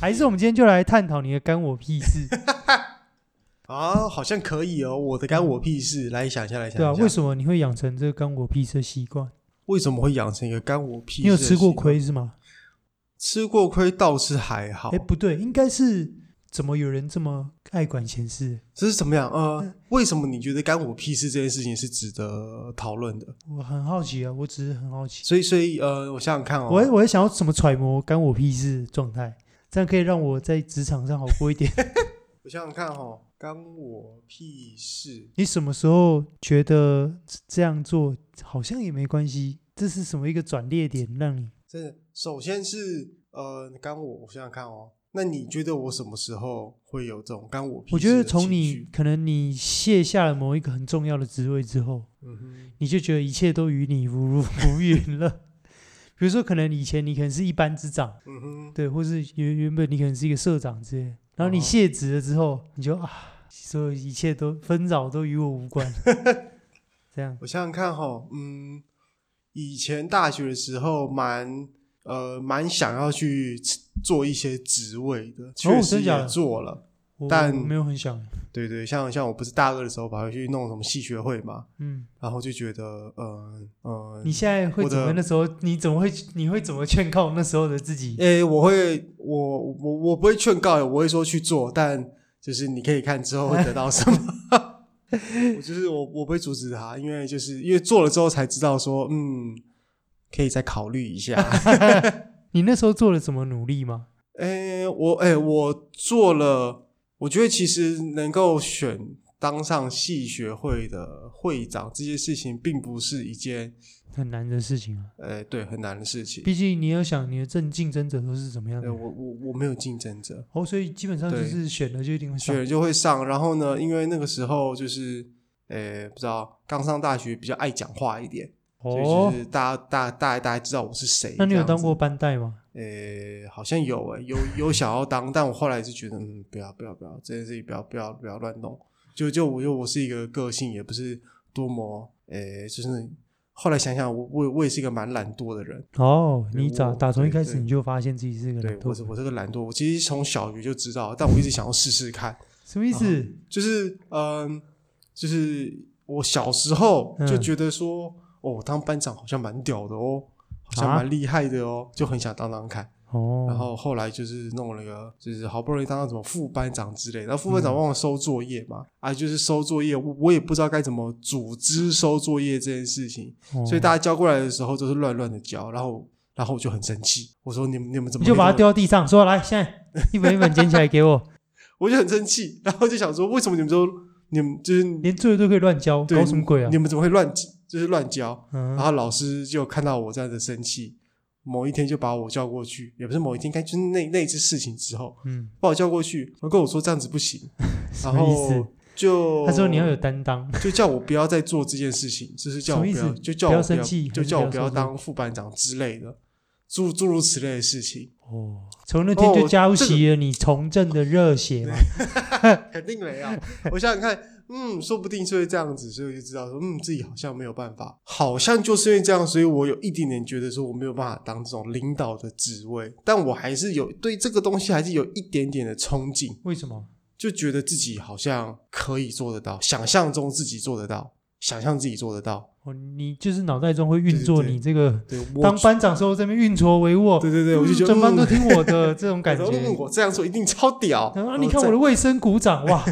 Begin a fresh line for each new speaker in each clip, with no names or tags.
还是我们今天就来探讨你的干我屁 事，
啊，好像可以哦。我的干我屁事，来想一下，来想
对啊，
一下，
为什么你会养成这个干我屁事的习惯？
为什么会养成一个干我屁事？
你有吃过？亏是吗？
吃过亏倒是还好
哎、，不对，应该是怎么有人这么爱管闲事？
这是怎么样？呃
嗯，
为什么你觉得干我屁事这件事情是值得讨论的？
我很好奇啊，我只是很好奇，
所以，所以呃，我想想看哦，
我还我还想要怎么揣摩干我屁事的状态，这样可以让我在职场上好过一 点。
我想想看哦，干我屁事。
你什么时候觉得这样做好像也没关系？这是什么一个转捩点让你？
真的，首先是呃，干我，我想想看哦。那你觉得我什么时候会有这种干我屁事？
我觉得从你，可能你卸下了某一个很重要的职位之后，
嗯哼，
你就觉得一切都与你如如无云了。 比如说，可能以前你可能是一班之长，
嗯哼，
对，或是原原本你可能是一个社长之类的，然后你
哦
卸职了之后，你就啊，所有一切都纷扰都与我无关， 这样
我想想看哈、哦，嗯，以前大学的时候蛮呃蛮想要去做一些职位的，确实
哦真假的
也做了。
我
但
我没有很想，
对对，像像我不是大二的时候跑去弄什么戏学会嘛，
嗯，
然后就觉得呃呃
你，现在会
我
怎
的
么那时候你怎么会你会怎么劝告那时候的自己？
诶、我会我我我不会劝告，我会说去做，但就是你可以看之后会得到 什么。我就是我我不会阻止他，因为就是因为做了之后才知道说，嗯，可以再考虑一下。
你那时候做了什么努力吗？
诶、我诶、我做了，我觉得其实能够选当上系学会的会长这件事情，并不是一件
很难的事情啊，
诶、对很难的事情。
毕竟你要想你的正竞争者都是怎么样的
呃，
人，
我我我没有竞争者，
哦，所以基本上就
对
是选了就一定会上
选，了就会上。然后呢，因为那个时候就是诶、不知道刚上大学比较爱讲话一点，所以
哦
就，是大家大大家大家知道我是谁。
那你有
这样
当
子
过班带吗？
诶、好像有诶、有有想要当，但我后来是觉得，嗯，不要不要不要，这件事情不要不要不要乱弄。就就我就我是一个个性也不是多么诶、就是后来想想，我我我也是一个蛮懒惰的人。
哦，
对
你打
我
打从一
对
开始
对
你就发现自己是个
对
懒，惰
我是我这个懒惰，我其实从小学就知道，但我一直想要试试看。
什么意思？
就是嗯、就是我小时候就
嗯
觉得说，哦，当班长好像蛮屌的哦，好像
啊
蛮厉害的哦，就很想当当看。
哦，
然后后来就是弄了个，就是好不容易当到什么副班长之类的，然后副班
嗯
长忘了收作业嘛，啊，就是收作业，我我也不知道该怎么组织收作业这件事情，
哦
所以大家交过来的时候都是乱乱的交，然后然后我就很生气，我说你们你们怎
你
么
就
可以
把它
这么
丢到地上，说来，现在一本一本捡起来给我，
我就很生气，然后就想说为什么你们都你们就是
连作业都可以乱交，
对
搞什么鬼啊
你？们啊怎么会乱就是乱交？
嗯
然，后老师就看到我这样子生气，某一天就把我叫过去，也不是某一天，应该就是那那一次事情之后，
嗯，
把我叫过去，然后跟我说这样子不行，
什
然
么意思
后？哦就
他说你要有担当，
就叫我不要再做这件 事情，就是叫
什么
我不
意思
要，就叫
不要
我不
生
要，
气
就
还是
叫
不
我
要
不要
生气
当副班长之类的，诸诸如此类的事情，
哦，从那天就
哦
浇
这个
熄了你从政的热血嘛。
肯 定没有。我想想看，嗯，说不定是会这样子，所以我就知道说，嗯，自己好像没有办法，好像就是因为这样，所以我有一点点觉得说我没有办法当这种领导的职位，但我还是有对这个东西还是有一点点的憧憬，
为什么？
就觉得自己好像可以做得到，想象中自己做得到，想象自己做得到。
哦，你就是脑袋中会运作
对对对
你这个
对，我
当班长时候这边运筹帷幄，
对对对，我就
嗯
觉得
整班都
嗯
听我的这种感觉
我。说嗯我这样做一定超屌。
然后啊
然
你
后
看
再
我的卫生鼓掌，哇，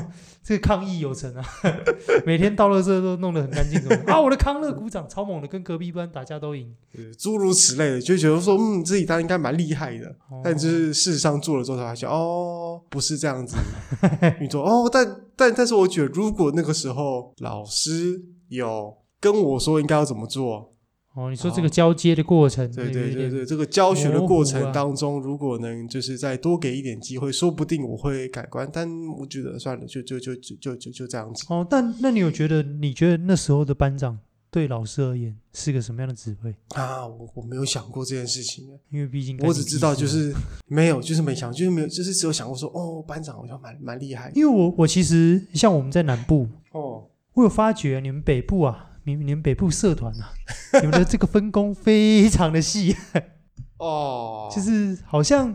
这个抗议有成啊！ 每天倒垃圾都弄得很干净什么的，啊，我的康乐鼓掌超猛的，跟隔壁班打架都赢。
对诸如此类的，就觉得说嗯自己当然应该蛮厉害的，
哦
但就是事实上做了之后才发现哦不是这样子运作哦，但但但是我觉得如果那个时候老师有跟我说应该要怎么做，
哦，你说这个交接的过程，
对
有
对
一
对
点
对，这个教学的过
模糊啊
程当中，如果能就是再多给一点机会，说不定我会改观，但我觉得算了，就就就就就就就这样子。
哦，但那你有觉得？你觉得那时候的班长对老师而言是个什么样的职位？
啊，我我没有想过这件事情，
因为毕竟
我只知道就
干你屁事嘛，
是没有，就是没想，就是没有，就是只有想过说，哦，班长好像蛮蛮厉害的
因为我我其实像我们在南部，
哦，
我有发觉你们北部啊，你们你们北部社团啊，你们的这个分工非常的细，
哦，
就是好像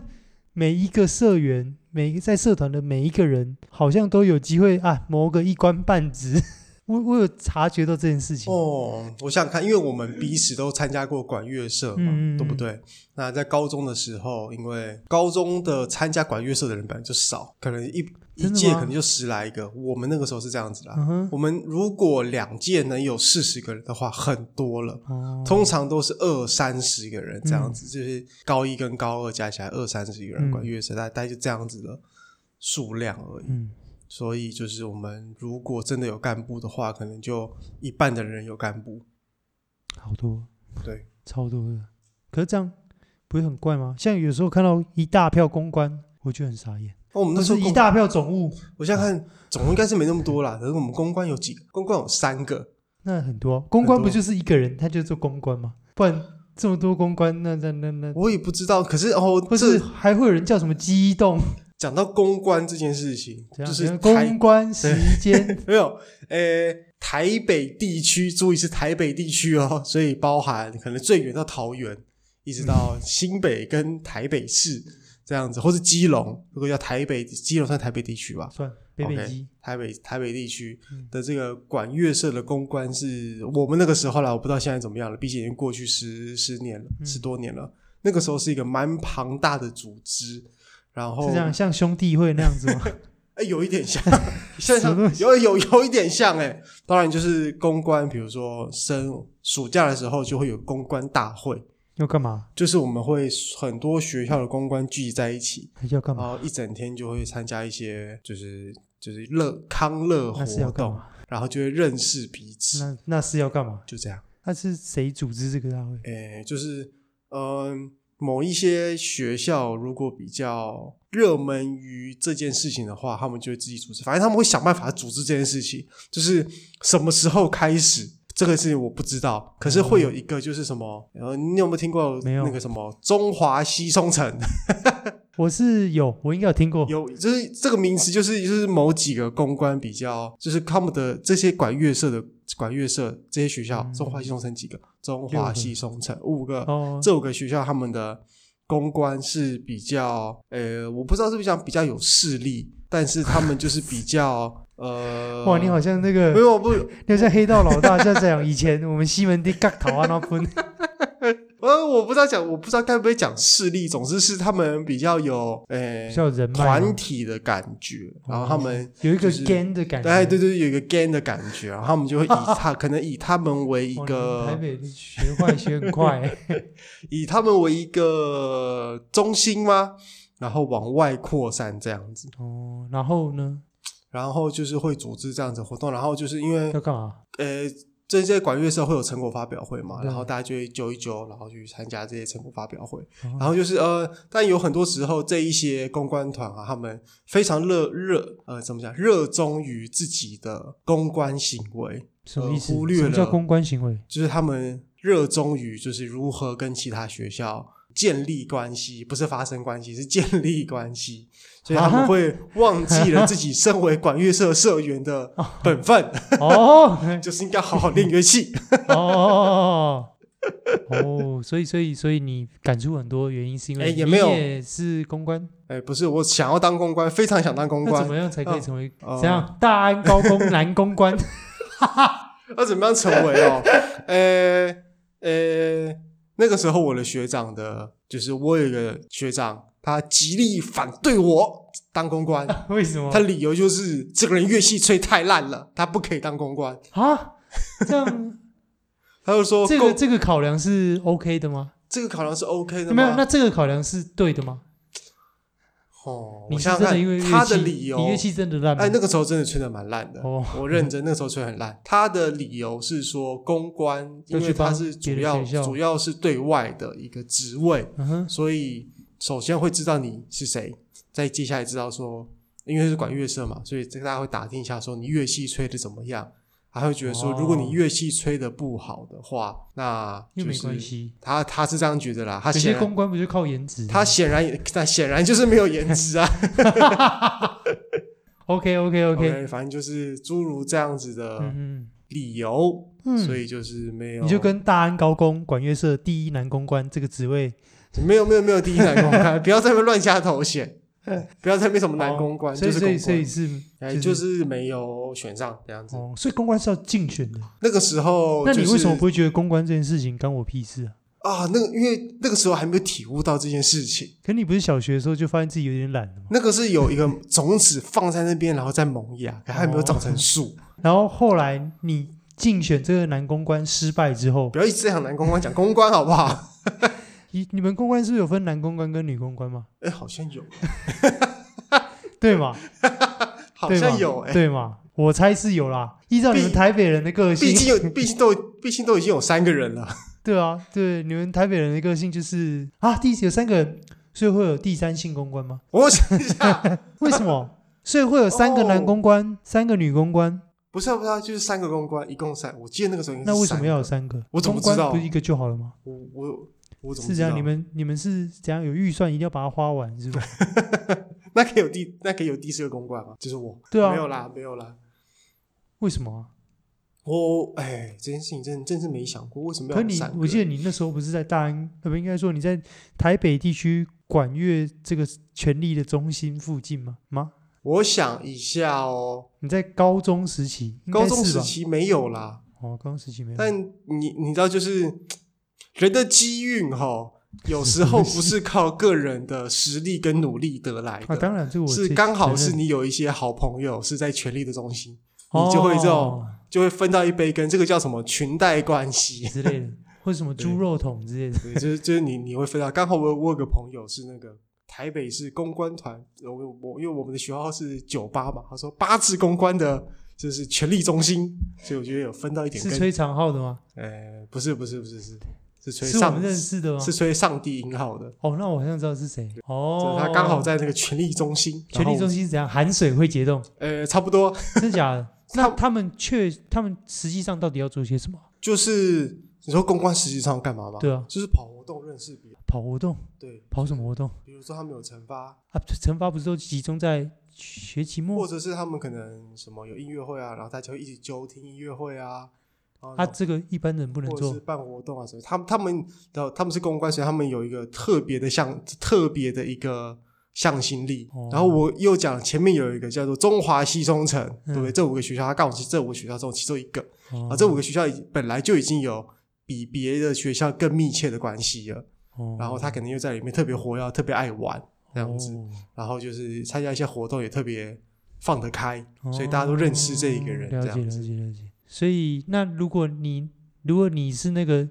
每一个社员，每一个在社团的每一个人，好像都有机会啊，谋个一官半职。 我我有察觉到这件事情。
哦，我想想看，因为我们彼此都参加过管乐社嘛，
嗯嗯嗯
对不对？那在高中的时候，因为高中的参加管乐社的人本来就少，可能一一
真的吗
届可能就十来个，我们那个时候是这样子啦。
嗯哼，
我们如果两届能有四十个人的话，很多了。
哦，
通常都是二三十个人这样子，就是高一跟高二加起来二三十个
嗯
人管乐社，大大概就这样子的数量而已。
嗯，
所以就是我们如果真的有干部的话，可能就一半的人有干部。
好多，
对，
超多的。可是这样不会很怪吗？像有时候看到一大票公关，我就很傻眼，
那我们
不
那时候
是
公
一，大票总务，
我现在看总共应该是没那么多啦。可是我们公关有几个？公关有三个，
那很多。公关
很
不
多
就是一个人，他就做公关吗？不然这么多公关，那那那那，
我也不知道。可是哦
或，是
这
还会有人叫什么激动？
讲到公关这件事情，
这
就
样
是台
公关时间
没有，呃，台北地区，注意是台北地区哦， 所以包含可能最远到桃园，一直到新北跟台北市这样子，或是基隆，如果要台北，基隆算台北地区吧。
算北北
OK
基，
台北台北地区
嗯
的这个管乐社的公关是我们那个时候啦，我不知道现在怎么样了，毕竟已经过去十十年了，
嗯
十多年了。那个时候是一个蛮庞大的组织，然后
是这样，像兄弟会那样 子吗？
哎、有 一点像，像
什么
像 有有有一点像哎、当然就是公关，比如说升暑假的时候就会有公关大会，
要干嘛？
就是我们会很多学校的公关聚集在一起，
要干
然
嘛？
后一整天就会参加一些就是就是乐康乐哦活
那是要干
动，
嘛？
然后就会认识彼此，
那那是要干嘛？
就这样。
那是谁组织这个大会？
诶，就是嗯、某一些学校如果比较热门于这件事情的话，他们就会自己组织，反正他们会想办法组织这件事情。就是什么时候开始这个事情我不知道，可是会有一个就是什么，呃，你有没有听过
嗯没有
那个什么中华西冲城？
我是有，我应该有听过。
有，就是这个名词，就是就是某几个公关比较，就是他们的这些管乐社的管乐社这些学校，
嗯
中华西冲城几个，中
六
华
个
西冲城五个，
哦，
这五个学校他们的公关是比较，呃，我不知道是不是讲比较有势力，但是他们就是比较， 呃，
哇，你好像那个
没，有，我不，
你好像黑道老大在讲以前我们西门町割头啊那 分，
呃，我不知道讲，我不知道该不会讲势力，总之是他们比较有，呃，
叫人脉
团
吗，
体的感觉，然后他们。
哦有一个
就是
gang 的感觉。
对对对，有一个 gang 的感觉，然后他 们就会以他可能以他们为一
哇，哦你们台
个
北学坏学很快 欸，
以他们为一个中心吗？然后往外扩散这样子，
哦，然后呢
然后就是会组织这样子活动，然后就是因为
要干嘛？
呃，这些管乐社会有成果发表会嘛，
对
然后大家就会揪一揪，然后去参加这些成果发表会。
哦
然后就是呃，但有很多时候这一些公关团啊，他们非常热热呃，怎么讲，热衷于自己的公关行为，
什么意思？
呃忽略
什么叫
了
公关行为？
就是他们热衷于就是如何跟其他学校。建立关系不是发生关系，是建立关系，所以他
啊
们会忘记了自己身为管乐社社员 的本分，
哦，
就是应该好好练乐器。
哦哦，所以所以所以你感触很多原因是因
哎
为
也
你
没有
也是公关，
哎，不是，我想要当公关，非常想当公
那
关
怎。么样才可以
哦
成为
哦
怎样大安高 工男公关？
要怎么样成为哦？呃呃，那个时候我的学长的，就是我有一个学长，他极力反对我当公关，
为什么
他理由就是这个人乐器吹太烂了，他不可以当公关。
啊？这 样
他就说，
这个
公
这个考量是 OK 的吗？
这个考量是 OK 的
没有，
吗？
那这个考量是对的吗？
哦，
你
我
是
想
真
想
的因为
看
乐
他的
器
理由
你，乐器真的烂吗？
哎，那个时候真的吹的蛮烂的。
哦，
我认真，那时候吹很烂。他的理由是说，公关
都
因
去
为他
帮
是
别
主
的
要
学校
主要是对外的一个职位，
嗯哼，
所以首先会知道你是谁，再接下来知道说，因为是管乐社嘛，所以这个大家会打听一下说你乐器吹的怎么样，还会觉得说，
哦
如果你乐器吹的不好的话，那
又
就
没关
是
系。
他他是这样觉得啦，他
有
显
些
然
公关不就靠颜值吗？
他显然也，但显然就是没有颜值啊。
OK OK OK，
OK，反正就是诸如这样子的
嗯
理由，
嗯，
所以就是没有，
你就跟大安高工管乐社第一男公关这个职位
没有没有没有第一男公关，不要在那边乱下头 衔，不要在那边什么男公关，
哎哦所
就
以
是
所以
公
所以
关，
是
哎，
就
就是是没有选上这样子。
哦，所以公关是要竞选的。
那个时候、
那
哦就是，
你为什么不会觉得公关这件事情干我屁事啊？
啊？那个因为那个时候还没有体悟到这件事情，
可你不是小学的时候就发现自己有点懒了吗？
那个是有一个种子放在那边，然后再萌芽，可还没有长成树。
然后后来你竞选这个男公关失败之后，
不要一直在讲男公关，讲公关好不好？
你你们公关是不是有分男公关跟女公关 吗？
哎、好像有，
对嘛？
好
对
像
嘛
有哎、
对嘛？我猜是有啦，依照你们
毕
台北人的个
哎
性，
毕竟 有，毕竟都毕竟都已经有三个人了，
对啊，对，你们台北人的个性就是啊，第有三个人，所以会有第三性公关吗？
我想一下，
为什么？ 所以会有三个男公关，三个女公关，
不是、啊、不是、啊，就是三个公关，一共三。我记得那个时候应该是
那为什么
三
要有三个？
我怎么
公
知道
关不是一个就好了吗？
我我我怎么
是
知
这
道
样，你们你们是怎样有预算一定要把它花完，是吧？
那可以有第那可以有第四个公关吗？就是我，
对啊
没有啦，没有啦。
为什么啊？
我哎，这件事情真真是没想过，为什么要
可
有
你
三个
我记得你那时候不是在大安，呃，不应该说你在台北地区管乐这个权力的中心附近吗？吗？
我想一下哦，
你在高中时期，应该
高中
是
时
吧
期没有啦，
哦，高中时期没有。
但你你知道，就是人的机运哈，有时候不是靠个人的实力跟努力得来
啊，
的，
当然这我
是
自己
刚好
承
是
认
你有一些好朋友是在权力的中心，你就会这种
哦
就会分到一杯羹，这个叫什么裙带关系。
之类的，或者什么猪肉桶之类的。
对，就是就是你你会分到，刚好我有我有个朋友是那个台北市公关团，我我因为我们的学校是九八嘛，他说八字公关的就是权力中心，所以我觉得有分到一点
是
跟，
吹长号的吗？
呃，不是不是不是是是吹
是我们
上
认识的吗？
是吹上帝音号的，
哦，那我好像知道是谁。
就
哦，
是他刚好在那个权力中心，
权力中
心，
心是怎样？含水会结 冻，
呃，差不多
真假的？那
差
他们确，他们实际上到底要做些什么？
就是你说公关实际上干嘛吗？
对啊，
就是跑活动认识别人，
跑活动，
对，
跑什么活动
比如说他们有惩罚，
啊？惩罚不是都集中在学期
或
末
者是他们可能什么有音乐会啊，然后大家会一起揪听音乐会啊，然后
啊？这个一般人不能
或者
做
是办活动啊什么，他们他们的他们是公关，所以他们有一个特别的向特别的一个向心力。
哦
然后我又讲前面有一个叫做中华西中城，对不对？
嗯
这五个学校，他告诉你这五个学校中其中一个，啊，
哦
这五个学校已本来就已经有比别的学校更密切的关系了，
哦
然后他可能又在里面特别活跃，特别爱玩这样子，
哦
然后就是参加一些活动也特别放得开，所以大家都认识这一个人
哦了
这
解了
样子。
解了解。所以，那如果你如果你是那个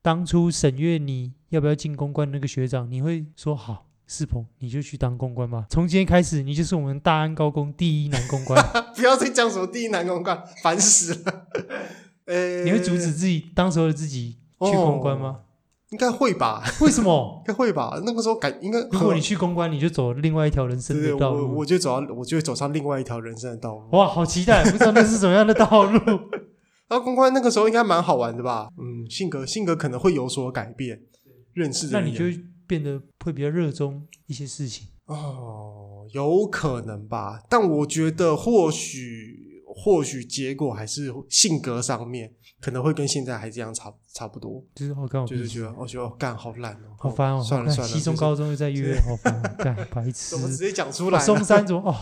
当初审阅你要不要进公关的那个学长，你会说好。世鹏，你就去当公关吧。从今天开始，你就是我们大安高工第一男公关。
不要再讲什么第一男公关，烦死了。呃，
你会阻止自己当时候的自己去公关吗？
哦应该会吧，
为什么
应？该会吧。那个时候感应该很，
如果你去公关，你就走另外一条人生
对对，
的道
我
路
我。就走到，我就走上另外一条人生的道路。
哇，好期待！不知道那是什么样的道 路。
然后公关那个时候应该蛮好玩的吧？嗯，性格性格可能会有所改变，认识的
那
人
你
也
就会变得会比较热衷一些事情。
哦，有可能吧。但我觉得或许或许结果还是性格上面可能会跟现在还这样差差不多，
就是好干我
就是
屁事
觉得我觉得哦干好烂哦，
好烦哦！
算了
干
算了，
西中
就是
高中又在约，好烦哦，干白痴
怎。么直接讲出
哦
来了？
松山怎么哦？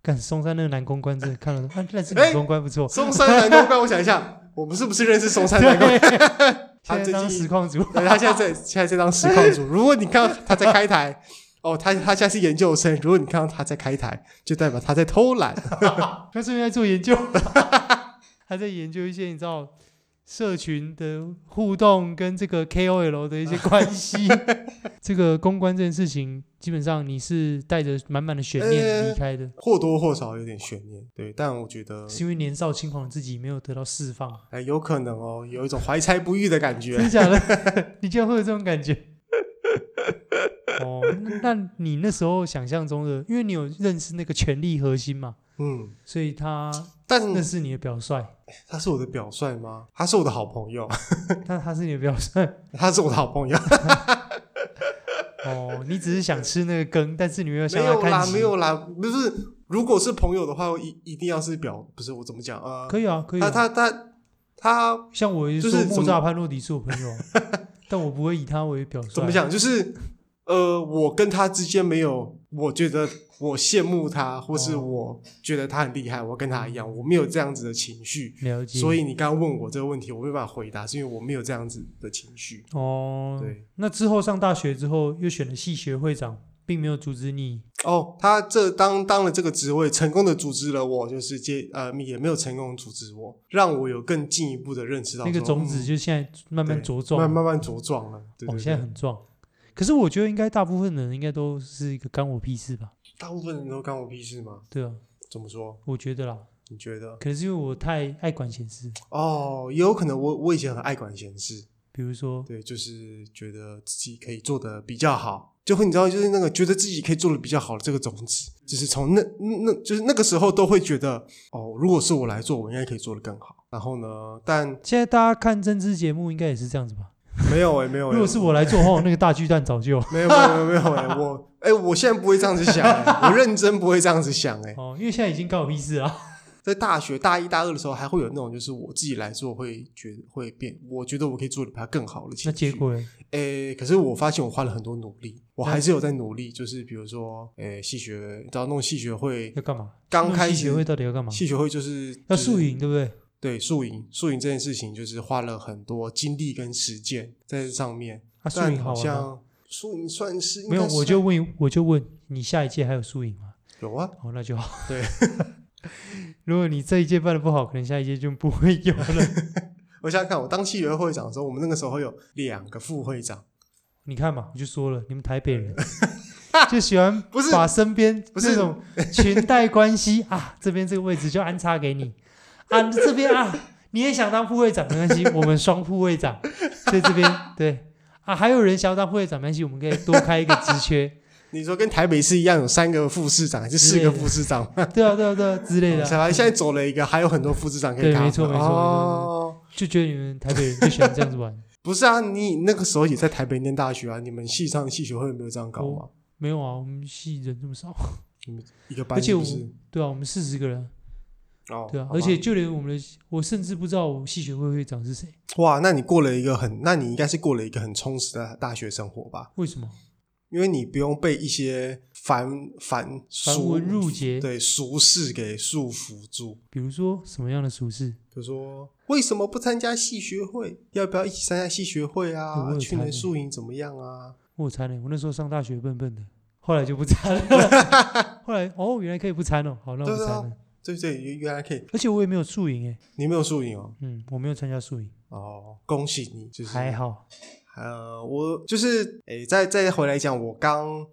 干松山那个男公关真的看了，啊，那是
哎
女公关不错。
松山南公关，我想一下，我们是不是认识松山南公关？
对，
他
现在
最
当
近
实况组，
对他现在在现在在当实况主。如果你看到他在开台，哦，他他现在是研究生。如果你看到他在开台，就代表他在偷懒。
他最近在做研究， 他在研究一些你知道社群的互动跟这个 KOL 的一些关系。这个公关这件事情，基本上你是带着满满的悬念
呃
离开的，
或多或少有点悬念，对，但我觉得，
是因为年少轻狂的自己没有得到释放。
哎，有可能哦，有一种怀才不遇的感
真
觉。
的假的？你竟然会有这种感觉？哦，那那你那时候想象中的，因为你有认识那个权力核心嘛，
嗯，
所以他
但
那是你的表率，
他是我的表率吗？他是我的好朋友，
那他是你的表率。
他是我的好朋友。
哦，你只是想吃那个羹，但是你没有
没
向
有
他
啦
看，齐。
没有啦，不是。如果是朋友的话，一一定要是表，不是我怎么讲啊？
可以啊，可以、
他
啊。
他他他
像我就说
就是
莫
怎么
扎潘洛迪是我朋友啊、但我不会以他为表率。
怎么？讲？就是呃，我跟他之间没有，我觉得我羡慕他，或是
哦
我觉得他很厉害，我跟他一样，我没有这样子的情绪。
了解。
所以你刚刚问我这个问题，我没有办法回答，是因为我没有这样子的情绪。
哦，
对，
那之后上大学之后又选了系学会长，并没有阻止你。
哦，他这当当了这个职位，成功的组织了我，就是接呃也没有成功地组织我，让我有更进一步的认识到
那个
说
种子
嗯
就现在慢慢
对
茁壮，
慢慢慢茁壮了。对
哦，
对
现在
对
很壮。可是我觉得应该大部分人应该都是一个干我屁事吧？
大部分人都干我屁事吗？
对啊，
怎么说？
我觉得啦，
你觉得？
可能是因为我太爱管闲事，
哦，也有可能我我以前很爱管闲事，
比如说
对，就是觉得自己可以做的比较好，就会你知道，就是那个觉得自己可以做的比较好的这个种子，就是从那那就是那个时候都会觉得，哦，如果是我来做，我应该可以做得更好。然后呢，但
现在大家看政治节目应该也是这样子吧？
没有哎、没有、欸，
如果是我来做的话，我那个大巨蛋早 就
没有没有没有没有、欸，我哎、我现在不会这样子想、欸，我认真不会这样子想哎、
哦，因为现在已经干我屁事啊了。
在大学大一大二的时候，还会有那种就是我自己来做会觉得会变，我觉得我可以做的比他更好的情绪。
那结果嘞
诶、可是我发现我花了很多努力，我
嗯
还是有在努力，就是比如说，诶、戏学，你知道那种戏学会
要干嘛？
刚开
那系学
始
会，到底要干嘛？
戏学会就是
要
就是
宿营，对不对？
对宿营，宿营这件事情就是花了很多精力跟时间在这上面，
啊，宿
但
营好
好
玩吗？
像宿营算是应
没有
该，
我
算
就问，我就问你下一届还有宿营吗？
有啊，
哦，那就好。
对，
如果你这一届办的不好，可能下一届就不会有了。
我想想看，我当戏学会长的时候，我们那个时候有两个副会长，
你看嘛，我就说了，你们台北人 就喜欢
不是
把身边
不
这
是
种裙带关系 啊，这边这个位置就安插给你啊，这边啊，你也想当副会长没关 系，我们双副会长在这边对啊，还有人想要当副会长没关系，我们可以多开一个职缺，
你说跟台北市一样有三个副市长还是四
之类
个
的
副市长？
对啊对啊对啊之类的啊，
小孩现在走了一个，还有很多副市长可以
对
当。
没错没错没错
哦
就觉得你们台北人就喜欢这样子玩，
不是啊，你那个时候也在台北念大学啊，你们系上系学会有没有这样搞吗？
没有啊，我们系人这么少，
你们一个班
而且
是不
我
是？
对啊，我们四十个人啊。
哦，
对啊，
好吧
而且就连我们的，我甚至不知道我系学会会长是谁，
哇，那你过了一个很，那你应该是过了一个很充实的大学生活吧？
为什么？
因为你不用被一些繁繁
繁
俗
文缛节，
对俗事给束缚住。
比如说什么样的俗事？
比如说，为什么不参加系学会？要不要一起参加系学会
哎我
啊？
有
去
参
年
欸
宿营怎么样啊？
我有参了，我那时候上大学笨笨的，后来就不参了。 后来哦，原来可以不参哦，好，那我
对
参
啊
了。
对不对，原原来可以，
而且我也没有宿营哎，
你没有宿营哦。
嗯，我没有参加宿营，
哦，恭喜你，就是
还好。
呃，我就是诶，再再回来讲，我刚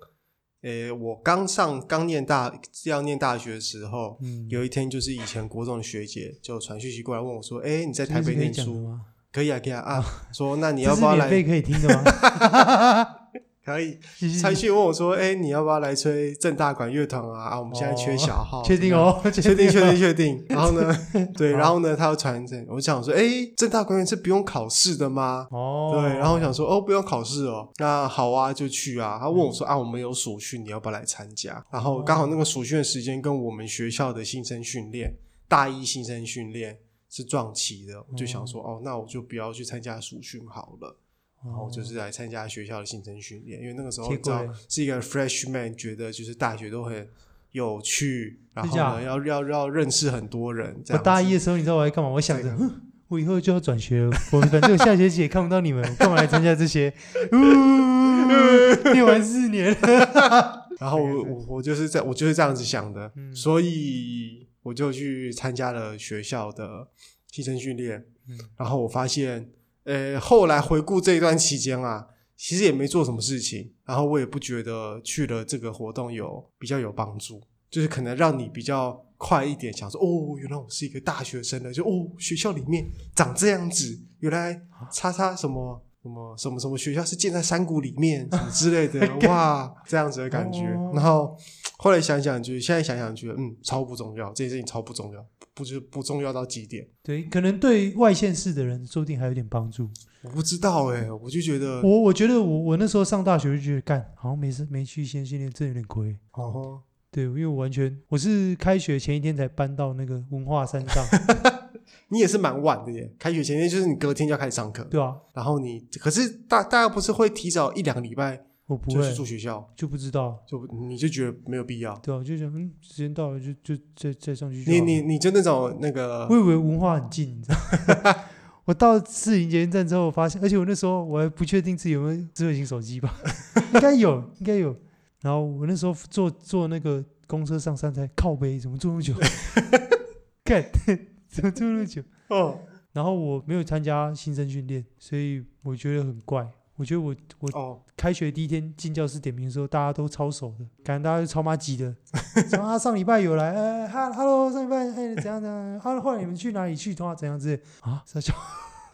诶，我刚上刚念大要念大学的时候，
嗯，
有一天就是以前国中的学姐就传讯息过来问我说：“诶，你在
这
台
是
北
可以
念
讲的
书？
吗？
可以啊，可以 啊啊。”说那你
你
要不要
免费
来？
可以听的吗？
可以。
继续
传讯问我说：“诶，你要不要来吹正大管乐团啊？啊，我们现在缺
哦
小 号，
确定？”哦，
确定，确
哦
定，确定。 然后呢，对，然后呢，他又传这，我想说，诶，正大管乐是不用考试的吗？
哦，
对，然后我想说，哦，不用考试哦，那好啊，就去啊。他问我说，
嗯
啊，我们有暑训，你要不要来参加？然
哦
后刚好那个暑训的时间跟我们学校的新生训练，大一新生训练是撞期的，我就
嗯
想说，哦，那我就不要去参加暑训好
哦
了，然后我就是来参加学校的新生训练，因为那个时候
结
你知道
果嘞
是一个 freshman，觉得就是大学都很有趣，然后
假
呢，要要要认识很多人。这
我
样
大
子
一的时候，你知道我在干嘛？我想
这
着
个，
哼我以后就要转学了，我反正我下学期也看不到你们，我干嘛来参加这些？呜，念完四年，
然后我我我就是在我就是这样子想的，
嗯
所以我就去参加了学校的新生训练。
嗯
然后我发现，呃，后来回顾这一段期间啊，其实也没做什么事情，然后我也不觉得去了这个活动有比较有帮助，就是可能让你比较快一点想说，哦，原来我是一个大学生了，就哦，学校里面长这样子，原来叉叉什么。什么什么什么学校是建在山谷里面什么之类的哇，这样子的感觉。
哦
然后后来想想，就是现在想想，觉得嗯，超不重要，这件事情超不重要，不就是不重要到极点。
对，可能对外县市的人说不定还有点帮助。
我不知道哎、我就觉得，
我我觉得我我那时候上大学就觉得，干好像没事没去先训练，真有点亏。
哦，
对，因为我完全我是开学前一天才搬到那个文化山上，
你也是蛮晚的耶。开学前天就是你隔天就要开始上课，
对啊，
然后你可是大大家不是会提早一两个礼拜
我不
就
会
去住学校，
就不知道，
就你就觉得没有必要。
对啊，我就想嗯，时间到了就就再再上去就
你
好了
你你就那种那个
我以为文化很近，你知道 吗。我到四营捷运站之后，我发现，而且我那时候我还不确定自己有没有智慧型手机吧， 应该有，应该有。然后我那时候坐坐那个公车上山才靠背，怎么坐那么久？ 干，怎么坐那么久？
哦
然后我没有参加新生训练，所以我觉得很怪。我觉得我我
哦，
开学第一天进教室点名的时候，大家都超熟的，感觉大家都超妈急的。 说啊，上礼拜有来， 呃，哈，hello，上礼拜，哎，怎样怎样，啊，后来你们去哪里去，通话怎样之类啊，傻笑，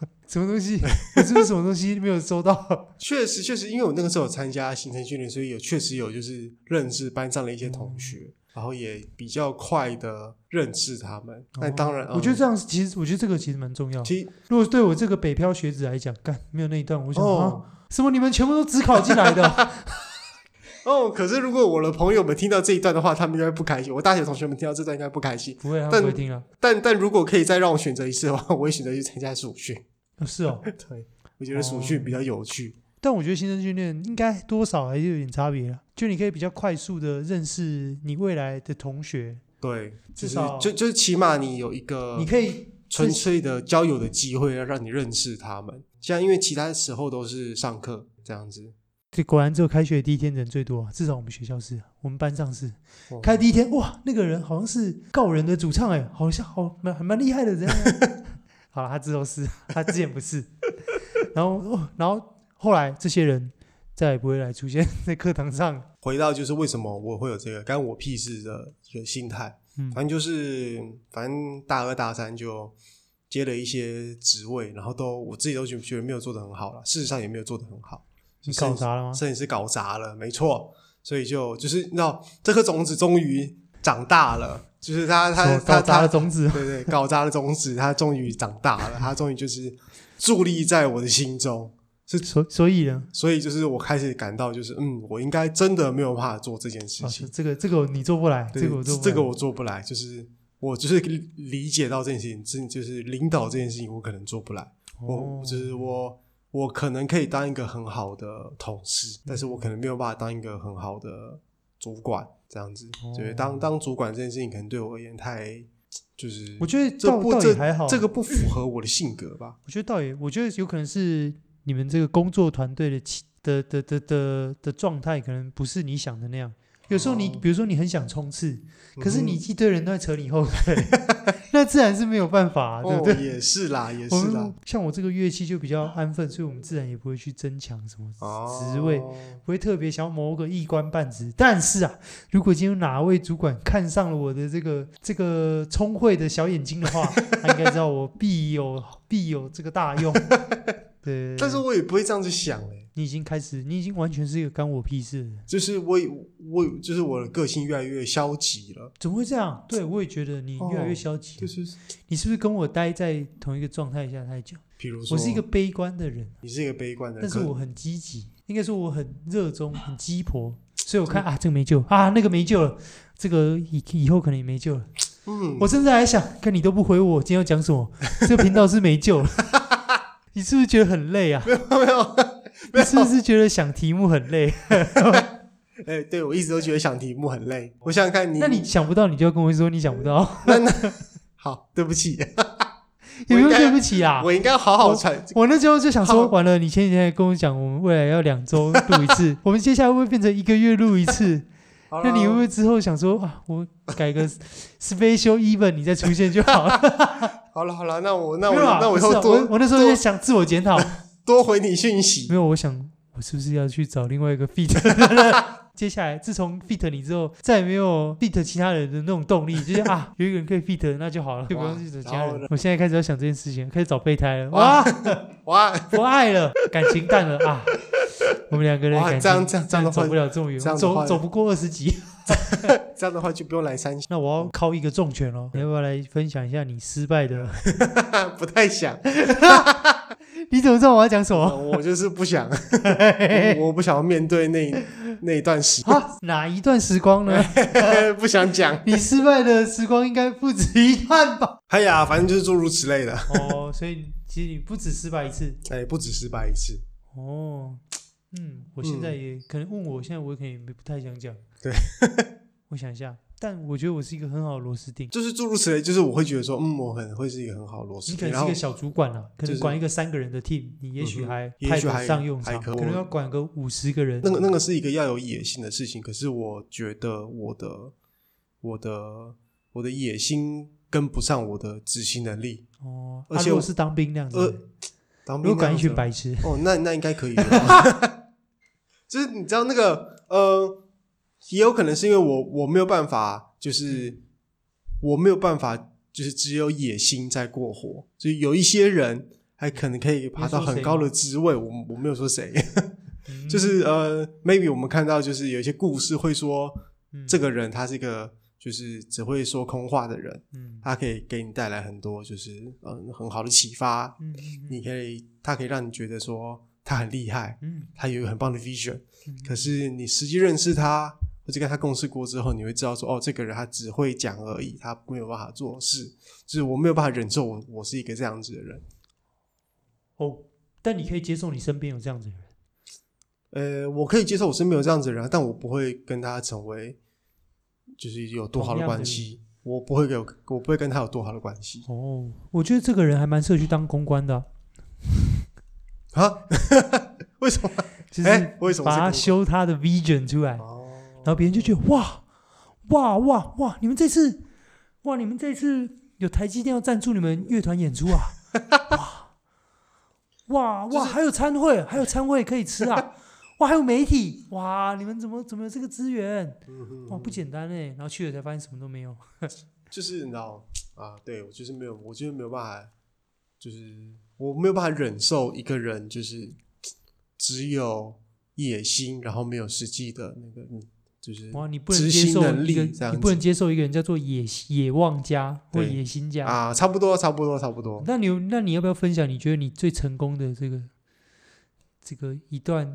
什么东西？ 我是不是什么东西没有收 到？
确实确实，因为我那个时候有参加行程训练，所以有确实有就是认识班上的一些同学，
嗯
然后也比较快的认识他们。那当然，
哦我觉得
嗯
这样是其实，我觉得这个其实蛮重要的。
其实
如果对我这个北漂学子来讲，干没有那一段，我想、啊，
哦
什么你们全部都只考进来的 哦？
哦，可是如果我的朋友们听到这一段的话，他们应该不开心。我大学同学们听到这段应该不开心。
不会，他们
但
不会听啊。
但 但如果可以再让我选择一次的话，我会选择去参加暑训。
哦是哦，
对，我觉得暑训比较有趣。
但我觉得新生训练应该多少还是有点差别了，就你可以比较快速的认识你未来的同学，
对，
至
就是
少呃
就就是起码你有一个
你可以
纯粹的交友的机会，要让你认识他们。像因为其他时候都是上课这样子，
这果然只有开学第一天人最多、啊，至少我们学校是，我们班上是。
哦
开第一天，哇，那个人好像是告人的主唱哎，好像好蛮还蛮厉害的人、啊。 好了，他之后是，他之前不是。 然后、哦，然后后来这些人再也不会来出现在课堂上。
回到就是为什么我会有这个干我屁事的一个心态，
嗯
反正就是反正大二大三就接了一些职位，然后都我自己都觉觉得没有做得很好了，事实上也没有做得很好，
你搞砸了吗？
摄影师搞砸了，没错，所以就就是你知道这颗种子终于长大了，就是他他
手搞
他
砸
他
了种子。啊
对对，搞砸了种子，它终于长大了，它终于就是伫立在我的心中，
所所以呢，
所以就是我开始感到就是嗯，我应该真的没有办法做这件事
啊
情，
这个这个你做不来，
对
这个我做不来
啊这个我做不来，就是我就是理理解到这件事情，真就是领导这件事情我可能做不来，
哦
我就是我我可能可以当一个很好的同事，但是我可能没有办法当一个很好的主管这样子，
哦
就是当当主管这件事情可能对我而言太就是
我觉得
这
倒
不
倒
这
也还好，
这个不
嗯
符合我的性格吧。
我觉得倒也，我觉得有可能是你们这个工作团队的气的的的的的状态，可能不是你想的那样。有时候你、
哦
比如说你很想冲刺，可是你
嗯
一堆人都在扯你后腿， 那自然是没有办法、啊对不
哦
对？
也是啦，也
我
是啦
们，像我这个乐器就比较安分，所以我们自然也不会去争抢什么
哦
职位，不会特别想要谋个一官半职。但是啊，如果今天有哪位主管看上了我的这个这个聪慧的小眼睛的话， 他应该知道我必有必有这个大 用。对，
但是我也不会这样子想哎、
你已经开始，你已经完全是一个干我屁事了。
就是我也我就是我的个性越来越消极了，
怎么会这样？对我也觉得你越来越
哦
消极
就
了。
是
你是不是跟我待在同一个状态下太久？
比如说
我是一个悲观的人，
你是一个悲观的
但
人，
是我很积极，应该说我很热衷、很鸡婆，所以我看啊，这个没救啊，那个没救了，这个以以后可能也没救了。
可嗯
我甚至还想，看你都不回我，今天要讲什么？这个频道是没救了。 你是不是觉得很 累啊？没有没有，你是不是觉得想题目很累？
哎、对我一直都觉得想题目很累，我想想看你，
那你想不到，你就要跟我说你想不到，
好对不起，
有没有
我应该
对不起啊？
我应该好好传
我那时候就想说，
好
完了，你前几天还跟我讲，我们未来要两周录一次，我们接下来会不会变成一个月录一次？
好啦
那你会不会之后想说啊，我改个 special even，你再出现就好了？
好了好了，那 我那我
没有啊
那我以
不是啊
后
我
多
我那时候就想自我检讨，
多回你讯息
没有，我想我是不是要去找另外一个 fit 的人？接下来，自从 fit 你之后，再也没有 fit 其他人的那种动力，就是 啊，有一个人可以 fit，那就好了，就不用去找其他
然后
人
呢。
我现在开始要想这件事情，开始找备胎了，哇，
哇，
不爱了，感情淡了 啊。我们两个人
哇
感情
这样这样这样的话
走不了这么远，
这样的
走
话
走不过二十集。
这样的话就不用来三星，
那我要靠一个重拳 哦，你要不要来分享一下你失败的？
不太想，
你怎么知道我要讲什么？
我就是 不想，我不想要面对那那一段时
啊， 哪一段时光 呢？
间，不想讲。
你失败的时光应该不止一段吧？
哎呀，反正就是诸如此类的。
哦，所以其实你不止失败一 次。
哎，不止失败一次，
哦，嗯，我现在也、可能问我，现在我可能也不太想讲。
对，
我想一下，但我觉得我是一个很好的螺丝钉。
就是诸如此类，就是我会觉得说，嗯，我很会是一个很好的螺丝
你可
钉，
能
然
是一
后
个小主管啊，可
就
能
是
管一个三个人的 team，你也许
嗯哼
还
也
派
许
得
还
上用
还
场，
可
可能
我
要管个五十个人。
那个那个是一个要有野心的事情。可是我觉得我的我的我的野心跟不上我的执行能力。
哦，
而
啊
且
如
我
果是当兵那样子
呃
呢，
当
如
兵
果管一
那样
群
子
白痴，
哦，那那应该可以了。 就是你知道那个呃，也有可能是因为我我没有办法，就是我没有办法，就是只有野心在过活。就是有一些人还可能可以爬到很高的职位，我我没有说谁，
嗯
就是呃，maybe 我们看到就是有一些故事会说，
嗯
这个人他是一个就是只会说空话的人，
嗯
他可以给你带来很多就是嗯、呃很好的启发，
嗯嗯
你可以他可以让你觉得说他很厉害。
嗯
他有一个很棒的 vision，
嗯
可是你实际认识他或者跟他共事过之后，你会知道说，哦，这个人他只会讲而已，他没有办法做事，就是我没有办法忍受我我是一个这样子的人。
哦，但你可以接受你身边有这样子的人，
呃，我可以接受我身边有这样子的人啊，但我不会跟他成为就是有多好的关系，我不会有我不会跟他有多好的关系
哦，我觉得这个人还蛮适合去当公关的啊，
啊？ 为什么？
就是
哎，为什么
把
是
他
公
修他的 vision 出来，
哦，
然后别人就觉得哇哇哇哇，你们这次哇你们这次有台积电要赞助你们乐团演出啊， 哇哇哇，还有餐会，还有餐会可以吃啊， 哇还有媒体，哇你们怎么怎么有这个资源，
嗯哼
哇不简单哎，然后去了才发现什么都没有，
就是你知道啊，对我就是没有，我就是没有办法，就是我没有办法忍受一个人就是只有野心，然后没有实际的那个，嗯就是
哇你不能
执
接
行
受
能
一个
力这样
你不能
子
接受一个人叫做野野望家或
对
野心家
啊，差不多，差不多，差不多。
那你有那你要不要分享？你觉得你最成功的这个这个一段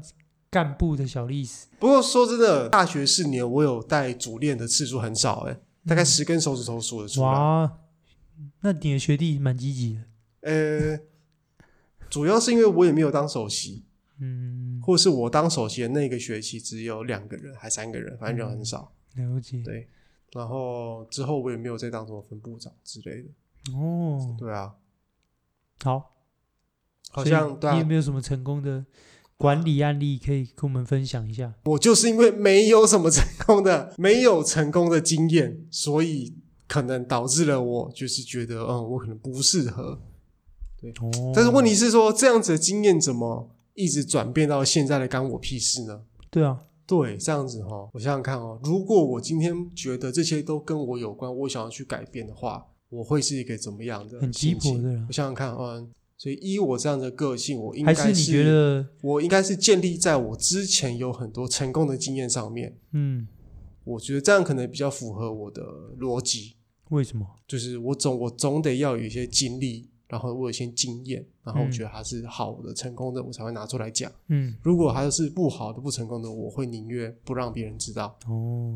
干部的小历史？
不过说真的，大学四年我有带主练的次数很少、欸，大概十根手指头数得出来。
嗯哇，那你的学弟蛮积极的。
呃，主要是因为我也没有当首席，
嗯，
或是我当首席的那个学期只有两个人还三个人，反正
嗯
人很少。
了解。
对然后之后我也没有再当什么分部长之类的。
哦，
对啊，
好，
好
所以
像对
你有
啊，
没有什么成功的管理案例可以跟我们分享一下？
我就是因为没有什么成功的，没有成功的经验，所以可能导致了我就是觉得，嗯，我可能不适合。
哦，
但是问
你
题是说，这样子的经验怎么一直转变到现在的干我屁事呢？
对啊，
对，这样子哈，我想想看哦，如果我今天觉得这些都跟我有关，我想要去改变的话，我会是一个怎么样的
很鸡
心
婆
情？
的人
我，想想看，嗯，所以依我这样的个性，我应该
还是你觉得
我应该是建立在我之前有很多成功的经验上面，
嗯？
我觉得这样可能比较符合我的逻辑，
为什么？
就是我总我总得要有一些经历，然后我有一些经验，然后我
嗯
觉得它是好的、成功的，我才会拿出来讲。
嗯，
如果它是不好的、不成功的，我会宁愿不让别人知道。
哦，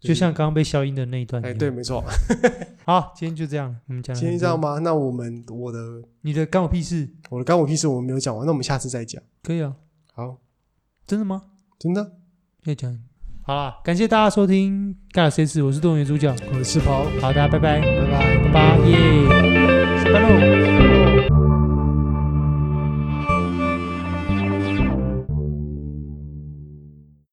对
就像刚刚被消音的那一段一
哎，
样。
对，没错，
好，今天就这样了，我们讲了
今天
很
这样
多
吗？那我们我的
你的干我屁事？
我的干我屁事我们没有讲完，那我们下次再讲。
可以啊，
好，
真的吗？
真的，
要讲。好啦，感谢大家收听《干了 C 事》，我是动物园主角，
我是包，
好，大家拜拜，
拜拜。
拜拜耶。